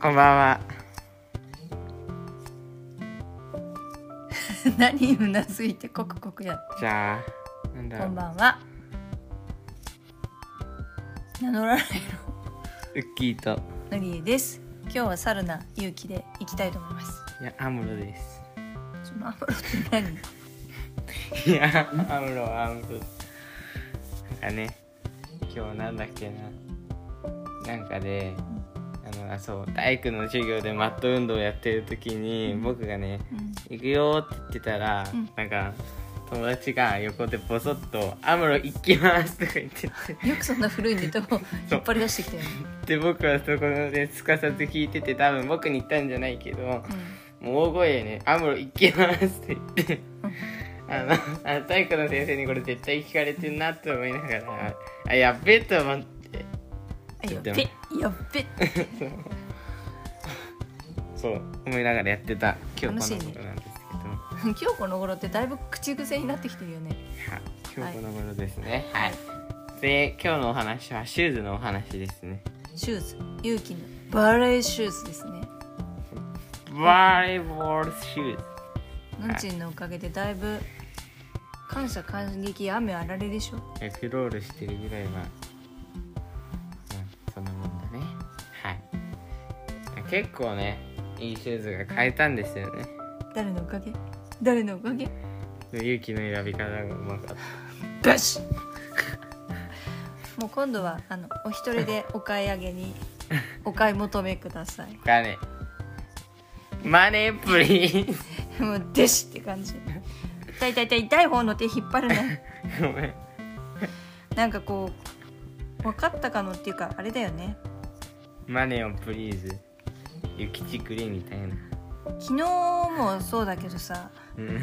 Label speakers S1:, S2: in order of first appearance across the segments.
S1: こんばんは。
S2: 何うなずいてコクコクやっ
S1: じゃあ、なん
S2: て
S1: だ
S2: こ
S1: ろ
S2: ん
S1: う。
S2: ばんは名乗らない
S1: ウッキーと、
S2: のりえです今日はサルナ勇気で行きたいと思います
S1: いや、アムロ です。
S2: ちょマフロって何
S1: いや、アムロ、アムロ。あね、今日なんだっけな。なんかで、あの、あ、そう、体育の授業でマット運動やってる時に、僕がね、行くよって言ってたら、
S2: うん
S1: なんか、友達が横でボソッと「アムロ行きます」とか言ってて
S2: うんよくそんな古いネタを引っ張り出してきたよね、
S1: で僕はそこですかさず聞いてて多分僕に言ったんじゃないけど
S2: う
S1: もう大声でね「アムロ行きます」って言ってあのあの体育の先生にこれ絶対聞かれてんなって思いながら「あやっべ」と思って
S2: ん、
S1: ちょ
S2: や
S1: っと
S2: っべ
S1: 待
S2: やっべ
S1: そう思いながらやってた今日この
S2: 楽しいね
S1: 頃なんですけど
S2: 今日この頃ってだいぶ口癖になってきてるよね
S1: はい今日この頃ですねはい、で今日のお話はシューズのお話ですね
S2: シューズ勇気のバレーシューズですね
S1: バレーボールシューズ
S2: のんちんのおかげでだいぶ感謝感激雨あられでしょ
S1: エクロールしてるぐらいは、うん、そんなもんだねはい結構ねいいシューズが買えたんですよね
S2: 誰のおかげ誰のおかげ
S1: で勇気の選び方がうまかっ
S2: バシもう今度はあのお一人でお買い上げにお買い求めください
S1: た金マネープリーズ
S2: もうでしって感じ痛い痛い痛い痛い方の手引っ張るね
S1: ごめん
S2: なんかこう分かったかもっていうかあれだよね
S1: マネーをプリーズゆきちくりみたいな
S2: 昨日もそうだけどさ
S1: うん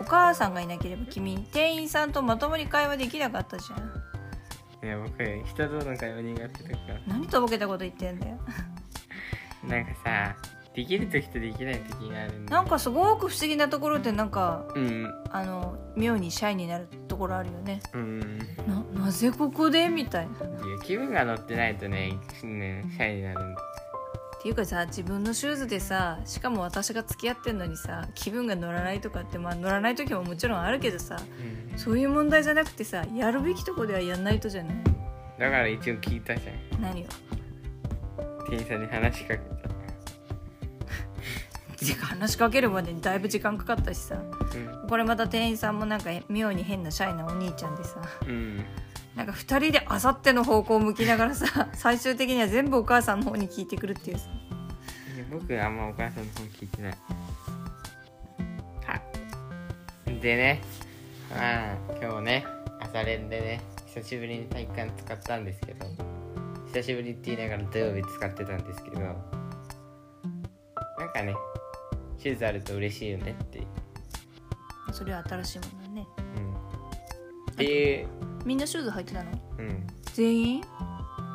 S2: お母さんがいなければ君店員さんとまともに会話できなかったじゃん
S1: いや僕人との会話苦手だから
S2: 何とぼけたこと言ってんだよ
S1: なんかさできる時とできない時があるんだ
S2: なんかすごく不思議なところってなんか
S1: うん
S2: あの妙にシャイになるところあるよね
S1: うん
S2: ななぜここでみたいなっ
S1: いや気分が乗ってないとねねシャイになるんだ
S2: ていうかさ自分のシューズでさしかも私が付き合ってんのにさ気分が乗らないとかってまあ乗らない時ももちろんあるけどさ
S1: うん
S2: そういう問題じゃなくてさやるべきとこではやんないとじゃない
S1: だから一応聞いたじゃん
S2: 何を
S1: 店員さんに話しかけた
S2: てか話しかけるまでにだいぶ時間かかったしさ
S1: うん
S2: これまた店員さんもなんか妙に変なシャイなお兄ちゃんでさ
S1: うん
S2: なんか2人であさっての方向を向きながらさ最終的には全部お母さんの方に聞いてくるっていうさ
S1: いや僕あんまお母さんの本聞いてないはいでねまあ今日ね朝練でね久しぶりに体育館使ったんですけど久しぶりって言いながら土曜日使ってたんですけどなんかねシューズあると嬉しいよねって、
S2: それは新しいものだね
S1: うん、っていう、
S2: みんなシューズ履いてたの
S1: うん、
S2: 全員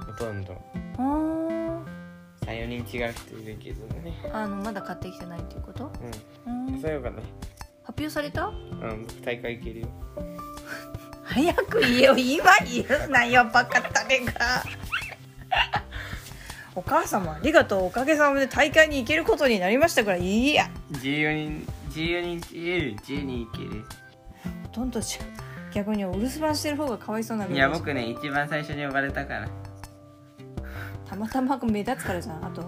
S1: ほとんど
S2: あー
S1: 34人違う人いるけどね
S2: あのまだ買ってきてないっていうこと
S1: うん
S2: うーん
S1: そういえばね、
S2: 発表された
S1: うん、僕大会行けるよ。
S2: 早く言えよ今言うなよバカタ レがお母様ありがとうおかげさまで大会に行けることになりましたからいいや
S1: 14人、14人行ける、10人行ける。
S2: ほとんどじゃ逆にお留守番してる方がかわいそうなぐ
S1: い
S2: ら
S1: や、
S2: だし
S1: 僕ね、一番最初に呼ばれたから。
S2: たまたま目立つからじゃんあと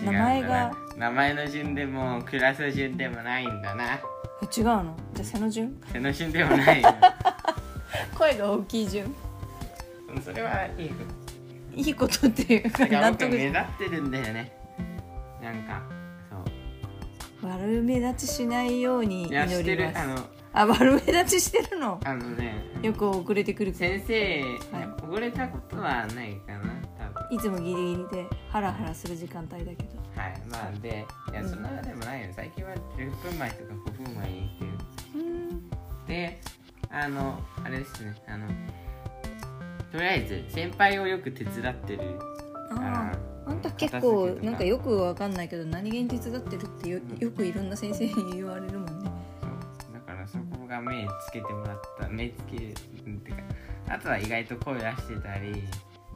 S1: 違うんだ
S2: 名
S1: な
S2: 前が。
S1: 名前の順でも、クラス順でもないんだな。
S2: え違うのじゃあ背の順
S1: 背の順でも ないよ。
S2: 声が大きい順
S1: うんそれはいいこ
S2: いいことっていう
S1: と。
S2: か
S1: だから
S2: 納
S1: 僕
S2: 得
S1: 目立ってるんだよね。なんか、そう。
S2: 悪目立ちしないように
S1: いや、
S2: 祈
S1: して
S2: り
S1: る
S2: ま、す
S1: あ
S2: あ
S1: の、
S2: 悪目立ちしてるの
S1: あのね、
S2: よく遅れてくるい
S1: 先生、
S2: はい
S1: 溺れたことはないかな、多分。
S2: つもギリギリでハラハラする時間帯だけど
S1: はい、まあで、いや、そんなでもないよ。最近は10分前とか5分前に行ってる。
S2: うん
S1: であのあれですねあのとりあえず先輩をよく手伝ってる
S2: あ
S1: あ
S2: ああんた結
S1: 片
S2: 構
S1: 付けと
S2: なんかよくわかんないけど何気に手伝ってるってよよくいろんな先生に言われるもんね
S1: そうだからそこが目つけてもらった目つけるうんてかあとは意外と声出してたり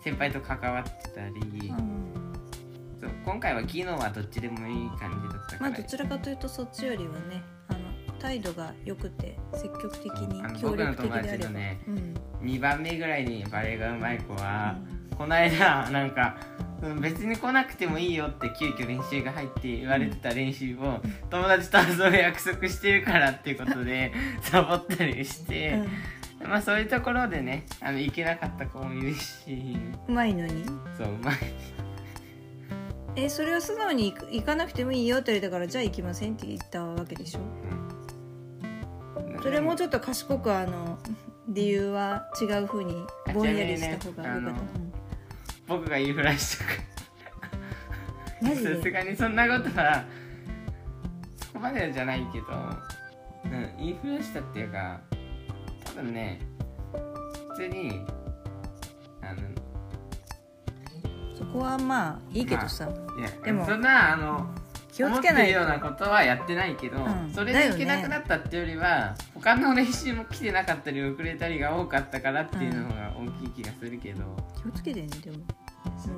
S1: 先輩と関わってたり、
S2: うん
S1: そそう今回は昨日はどっちでもいい感じだったか
S2: まあ
S1: ら、
S2: どちらかというとそっちよりはねあの態度が良くて積極的に
S1: あの
S2: 協
S1: 僕の
S2: 力的
S1: 友
S2: であれ
S1: 達
S2: ば、
S1: とね
S2: うん、
S1: 2番目ぐらいにバレーがうまい子は、
S2: う
S1: この間なんかうん別に来なくてもいいよって急遽練習が入って言われてた練習を友達と遊ぶ約束してるからっていうことでサボったりして、まあそういうところでねあの行けなかった子もいるし
S2: うまいのに
S1: そううまい
S2: えそれは素直に行く行かなくてもいいよって言われたからじゃあ行きませんって言ったわけでしょそれもうちょっと賢くあの理由は違うふうにぼんやりした方が良かった、
S1: 僕が言いふらしとか
S2: うんマジ
S1: さす
S2: で
S1: がにそんなことはそこまでじゃないけど、うん、言いふらしたっていうか多分ね普通にあの
S2: そこはまあいいけどさ、
S1: いや
S2: でも
S1: そんなあの
S2: 気をつけない
S1: 思ってるようなことはやってないけど、
S2: うん
S1: それ
S2: だ
S1: で
S2: よ
S1: 行
S2: ね
S1: けなくなったってよりは、他の練習も来てなかったり遅れたりが多かったからっていうのが大きい気がするけど、
S2: 気をつけてねでも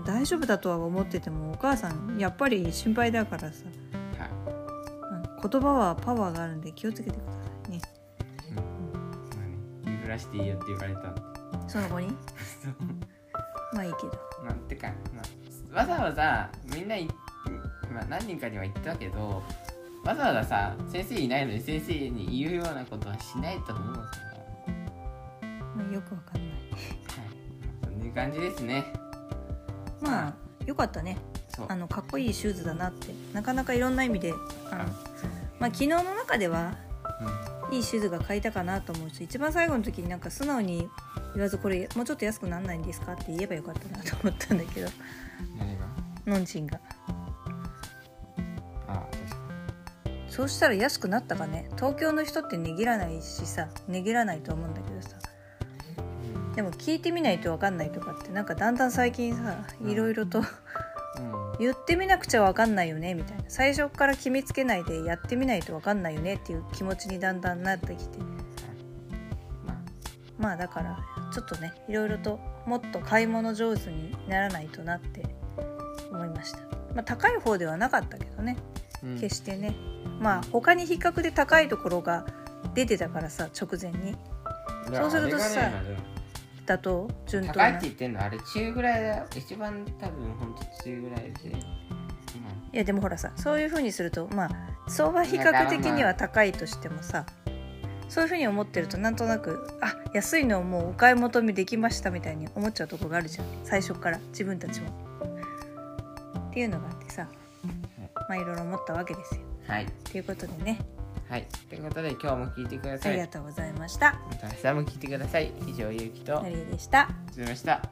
S2: 大丈夫だとは思っててもお母さんやっぱり心配だからさ、
S1: はい
S2: うん言葉はパワーがあるんで気をつけてくださいね
S1: まあね言いふらしていいよって言われたんで
S2: その子に
S1: すけど
S2: まあいいけど
S1: なんてか、まあ、わざわざみんない、まあ、何人かには言ったけどわざわざさ先生いないのに先生に言うようなことはしないと思うから、は
S2: まあよくわかんない
S1: い、そんな感じですね
S2: まあよかったね
S1: そう
S2: あのかっこいいシューズだなってなかなかいろんな意味であの
S1: あそう
S2: まあ昨日の中では
S1: うん
S2: いいシューズが買えたかなと思うし一番最後の時になんか素直に言わずこれもうちょっと安くなんないんですかって言えばよかったなと思ったんだけど
S1: 何が
S2: のんちんが
S1: あ確か
S2: そうしたら安くなったかね東京の人って値切らないしさ値切らないと思うんだけどさでも聞いてみないと分かんないとかってなんかだんだん最近さ
S1: うん
S2: いろいろと
S1: にうん、
S2: 言ってみなくちゃ分かんないよねみたいな最初から決めつけないでやってみないと分かんないよねっていう気持ちにだんだんなってきて
S1: ま
S2: まあだからちょっとねいろいろともっと買い物上手にならないとなって思いました、まあ、高い方ではなかったけどね
S1: あ、うん、
S2: 決してねまあ他に比較で高いところが出てたからさ直前にそうするとさ
S1: あれがね
S2: だ
S1: ま
S2: と
S1: あで
S2: 順
S1: も
S2: 当
S1: 高いっ
S2: な
S1: て
S2: い
S1: 言ってんのあれ中ぐらいだよ一番多分ほんと中ぐらいで、うん
S2: やでもほらさそういうふうにするとまあ相場比較的には高いとしてもさそういうふうに思ってるとなんとなくあ安いのをもうお買い求めできましたみたいに思っちゃうとこがあるじゃん最初から自分たちも。っていうのがあってさまあいろいろ思ったわけですよ。
S1: はい
S2: ということでね
S1: はいということで今日も聞いてくだ
S2: あ
S1: さ
S2: り
S1: い
S2: がとうございました。
S1: また明日も聞いてください以上ゆうきと
S2: のりえでした。
S1: すみました